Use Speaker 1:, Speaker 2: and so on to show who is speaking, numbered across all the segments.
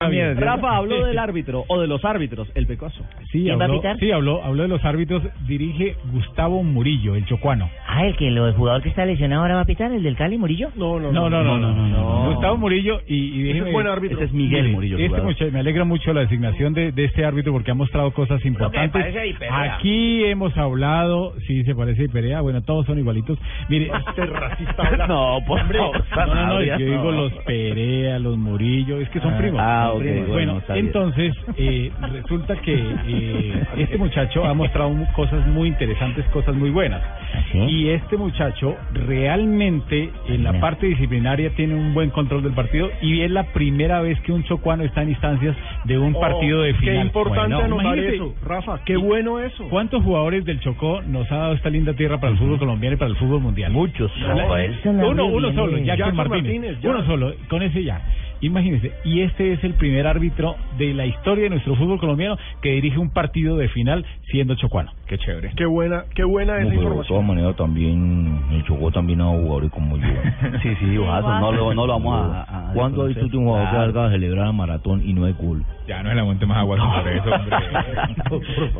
Speaker 1: También, ¿sí?
Speaker 2: Rafa habló del árbitro o de los árbitros, el pecoso.
Speaker 1: Sí,
Speaker 3: va a
Speaker 1: habló,
Speaker 3: pitar?
Speaker 1: sí habló, habló de los árbitros. Dirige Gustavo Murillo, el chocuano.
Speaker 3: Ah, el que lo- el jugador que está lesionado ahora va a pitar, el del Cali Murillo.
Speaker 2: No, no,
Speaker 1: No, no, no, no, no, no.
Speaker 2: no.
Speaker 1: Gustavo Murillo y, y
Speaker 2: Ese
Speaker 1: déjeme-
Speaker 2: es buen árbitro.
Speaker 3: Ese es Miguel Murillo,
Speaker 1: Este
Speaker 3: jugador.
Speaker 1: muchacho- me alegra mucho la designación de, de este árbitro porque ha mostrado cosas importantes.
Speaker 3: parece a Iperea.
Speaker 1: Aquí hemos hablado, sí, se parece a Iperea, bueno, todos son igualitos. Mire,
Speaker 2: Este racista habla.
Speaker 3: No, por
Speaker 2: Hombre,
Speaker 3: favor,
Speaker 1: no, no, no,
Speaker 3: Sanabria,
Speaker 1: yo digo
Speaker 3: no.
Speaker 1: los Perea, los Murillo, es que son
Speaker 3: Ah,
Speaker 1: primos.
Speaker 3: ah,
Speaker 1: Son
Speaker 3: ok,
Speaker 1: primos.
Speaker 3: bueno,
Speaker 1: Bueno,
Speaker 3: está bien.
Speaker 1: entonces eh, resulta que eh, este muchacho ha mostrado mu- cosas muy interesantes, cosas muy buenas.
Speaker 3: ¿Ah, sí?
Speaker 1: Y este muchacho realmente en la
Speaker 3: Mira.
Speaker 1: parte disciplinaria tiene un buen control del partido y es la primera vez que un chocuano está en instancias de un
Speaker 2: Oh,
Speaker 1: partido de final.
Speaker 2: Qué importante
Speaker 1: Bueno,
Speaker 2: anotar
Speaker 1: imagínese,
Speaker 2: eso, Rafa. Qué bueno eso.
Speaker 1: ¿Cuántos jugadores del Chocó nos ha dado esta linda tierra para el fútbol colombiano y para el fútbol mundial?
Speaker 3: Muchos.
Speaker 1: La-
Speaker 3: No, él se la
Speaker 1: uno,
Speaker 3: vive
Speaker 1: uno
Speaker 3: bien.
Speaker 1: solo, Jackson,
Speaker 2: Jackson
Speaker 1: Martínez.
Speaker 2: Martínez, ya.
Speaker 1: Uno solo, con ese ya. Imagínense, y este es el primer árbitro de la historia de nuestro fútbol colombiano que dirige un partido de final siendo chocuano. Qué chévere.
Speaker 2: Qué buena, qué buena esa
Speaker 3: No, pero de todas
Speaker 2: información.
Speaker 3: maneras también el Chocó también ha dado jugadores como yo. Sí, sí,
Speaker 4: Guaso,
Speaker 3: no, lo,
Speaker 4: no
Speaker 3: vamos a... ¿Cuándo has visto tú un jugador que salga a celebrar a maratón y no es cool?
Speaker 1: Ya no le aguante más agua sobre eso,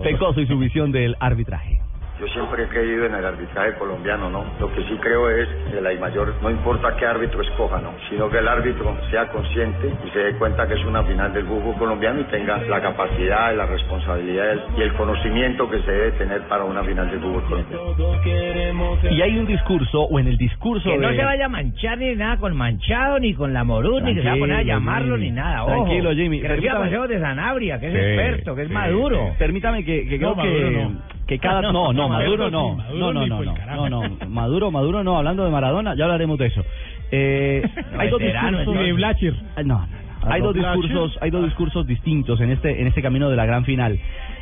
Speaker 3: Pecoso y su visión del arbitraje.
Speaker 5: Yo siempre he creído en el arbitraje colombiano, ¿no? Lo que sí creo es que la mayor no importa qué árbitro escoja, ¿no? Sino que el árbitro sea consciente y se dé cuenta que es una final del fútbol colombiano y tenga la capacidad, la responsabilidad y el conocimiento que se debe tener para una final del fútbol colombiano.
Speaker 3: Y hay un discurso, o en el discurso
Speaker 6: Que no se vaya a manchar ni nada con Manchado, ni con la Morú, ni que se va a poner a
Speaker 3: Tranquilo,
Speaker 6: llamarlo,
Speaker 3: Jimmy.
Speaker 6: ni nada. Ojo,
Speaker 3: Tranquilo, Jimmy.
Speaker 6: Que reciba
Speaker 3: Permítame.
Speaker 6: consejos de Sanabria, que es
Speaker 1: Sí,
Speaker 6: experto, que es
Speaker 1: sí,
Speaker 6: maduro.
Speaker 1: sí.
Speaker 3: Permítame que, que creo
Speaker 1: No,
Speaker 3: que,
Speaker 1: Maduro no.
Speaker 3: que cada
Speaker 1: No,
Speaker 3: no, no, Maduro
Speaker 1: Maduro
Speaker 3: no.
Speaker 1: sí, Maduro
Speaker 3: No, no,
Speaker 1: ni
Speaker 3: no,
Speaker 1: por el
Speaker 3: no.
Speaker 1: carajo.
Speaker 3: No, no, Maduro, Maduro no, hablando de Maradona, ya hablaremos de eso. Eh, hay dos
Speaker 6: veterano,
Speaker 3: discursos
Speaker 1: de Blacher.
Speaker 3: Ah, No, no, no. Hay dos discursos, hay dos discursos distintos en este en este camino de la gran final.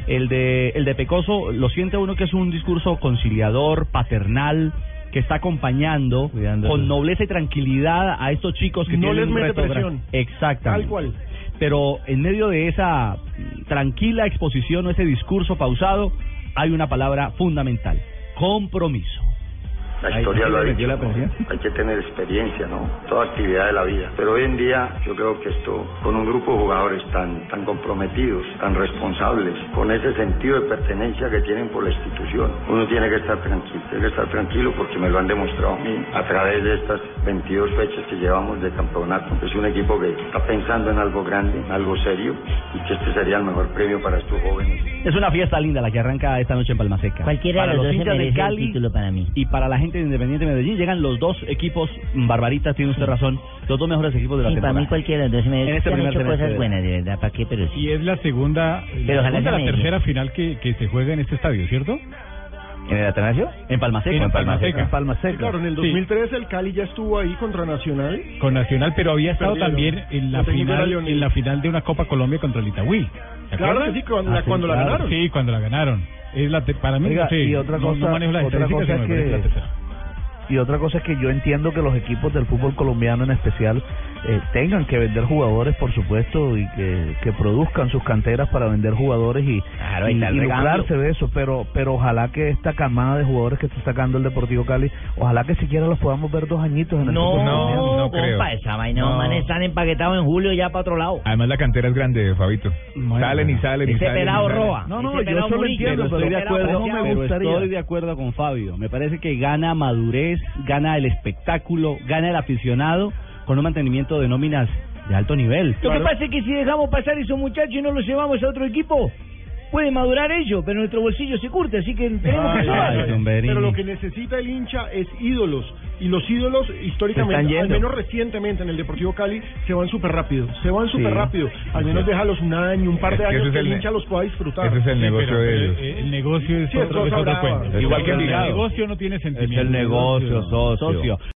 Speaker 3: El de el de Pecoso lo siente uno que es un discurso conciliador, paternal que está acompañando
Speaker 6: Cuidándolos.
Speaker 3: con nobleza y tranquilidad a estos chicos que
Speaker 2: No
Speaker 3: tienen
Speaker 2: les
Speaker 3: un
Speaker 2: mete
Speaker 3: reto gran-
Speaker 2: presión.
Speaker 3: Exactamente.
Speaker 2: Tal cual.
Speaker 3: Pero en medio de esa tranquila exposición o ese discurso pausado, hay una palabra fundamental: compromiso.
Speaker 5: La
Speaker 3: Ahí-
Speaker 5: historia
Speaker 3: ahí
Speaker 5: lo ha
Speaker 3: le
Speaker 5: dicho.
Speaker 3: metió la
Speaker 5: ¿no?
Speaker 3: presión.
Speaker 5: Hay que tener experiencia, ¿no? Toda actividad de la vida. Pero hoy en día yo creo que esto, con un grupo de jugadores tan, tan comprometidos, tan responsables, con ese sentido de pertenencia que tienen por la institución, uno tiene que estar tranquilo. Tiene que estar tranquilo porque me lo han demostrado a mí a través de estas 22 fechas que llevamos de campeonato. Es un equipo que está pensando en algo grande, en algo serio, y que este sería el mejor premio para estos jóvenes.
Speaker 3: Es una fiesta linda la que arranca esta noche en Palmaseca.
Speaker 6: Cualquiera
Speaker 3: para
Speaker 6: de los dos se
Speaker 3: hinchas del
Speaker 6: merece el
Speaker 3: Cali
Speaker 6: título para mí.
Speaker 3: Y para la gente de Independiente Medellín llegan los dos equipos mm, barbaritas, tiene usted razón, los dos mejores equipos de la
Speaker 6: Sí,
Speaker 3: temporada.
Speaker 6: para mí cualquiera de los dos
Speaker 3: En
Speaker 6: me
Speaker 3: este
Speaker 6: se han
Speaker 3: primer
Speaker 6: hecho
Speaker 3: semestre.
Speaker 6: cosas buenas, de verdad, ¿para qué? Pero sí.
Speaker 1: Y es la segunda,
Speaker 6: Pero
Speaker 1: la,
Speaker 6: ojalá
Speaker 1: segunda,
Speaker 6: sea
Speaker 1: la
Speaker 6: Medellín.
Speaker 1: tercera final que, que se juega en este estadio, ¿cierto?
Speaker 3: ¿En el Atanasio? En Palmaseca.
Speaker 1: En Palmaseca.
Speaker 3: En
Speaker 2: Sí,
Speaker 3: Palmaseca.
Speaker 2: claro, en el
Speaker 1: Sí.
Speaker 2: 2003 el Cali ya estuvo ahí contra Nacional.
Speaker 1: Con Nacional, pero había estado
Speaker 2: Perdieron.
Speaker 1: también en la
Speaker 2: Lo técnico era
Speaker 1: final
Speaker 2: Lionel.
Speaker 1: en la final de una Copa Colombia contra el Itagüí. ¿Te
Speaker 2: Claro
Speaker 1: acuerdas?
Speaker 2: que sí, cuando, la,
Speaker 3: Ah, sí,
Speaker 2: cuando la
Speaker 3: claro.
Speaker 2: ganaron.
Speaker 1: Sí, cuando la ganaron. Es la te- para mí,
Speaker 7: Oiga,
Speaker 1: no sé,
Speaker 7: y otra
Speaker 1: no- no
Speaker 7: cosa-
Speaker 1: manejo las
Speaker 7: otra
Speaker 1: estadísticas,
Speaker 7: cosa
Speaker 1: pero me
Speaker 7: es
Speaker 1: parece la
Speaker 7: que-
Speaker 1: tercera.
Speaker 7: Y otra cosa es que yo entiendo que los equipos del fútbol colombiano en especial eh, tengan que vender jugadores, por supuesto, y que, que produzcan sus canteras para vender jugadores y,
Speaker 6: Claro, ahí
Speaker 7: y,
Speaker 6: está el
Speaker 7: y
Speaker 6: recambio.
Speaker 7: lucrarse de eso. Pero, pero ojalá que esta camada de jugadores que está sacando el Deportivo Cali, ojalá que siquiera los podamos ver dos añitos en el
Speaker 6: No,
Speaker 7: fútbol colombiano.
Speaker 6: no,
Speaker 1: no creo.
Speaker 6: compa, esa vaina, los
Speaker 1: No.
Speaker 6: manes están empaquetados en julio ya para otro lado.
Speaker 1: Además, la cantera es grande, Fabito.
Speaker 3: Bueno. Salen y
Speaker 1: salen
Speaker 6: Ese pelado roba.
Speaker 7: No, no,
Speaker 6: ese
Speaker 7: yo
Speaker 6: pelado
Speaker 7: solo
Speaker 6: Murillo,
Speaker 7: entiendo,
Speaker 6: ese
Speaker 3: Estoy de
Speaker 6: pelado
Speaker 3: acuerdo,
Speaker 7: ¿cómo me
Speaker 3: pero
Speaker 7: gustaría?
Speaker 3: estoy de acuerdo con Fabio. Me parece que gana madurez, gana el espectáculo, gana el aficionado con un mantenimiento de nóminas de alto nivel.
Speaker 6: Lo que pasa es que si dejamos pasar esos muchachos y no los llevamos a otro equipo, puede madurar ellos, pero nuestro bolsillo se curte, así que tenemos que
Speaker 2: Ay,
Speaker 6: ayudar.
Speaker 3: ay, don Berini.
Speaker 2: Pero lo que necesita el hincha es ídolos. Y los ídolos,
Speaker 3: Se están
Speaker 2: históricamente, al
Speaker 3: yendo.
Speaker 2: menos recientemente en el Deportivo Cali, se van súper rápido. Se van súper
Speaker 3: Sí.
Speaker 2: rápido. Al menos déjalos un año, un par de años que el hincha los pueda disfrutar.
Speaker 1: el negocio de ellos. El negocio es
Speaker 2: Sí, es
Speaker 1: otro,
Speaker 2: cosa
Speaker 1: es otro
Speaker 2: brava.
Speaker 1: cuento.
Speaker 3: Igual que
Speaker 1: el
Speaker 3: Envigado.
Speaker 1: negocio no tiene sentimiento.
Speaker 3: Es el negocio, socio.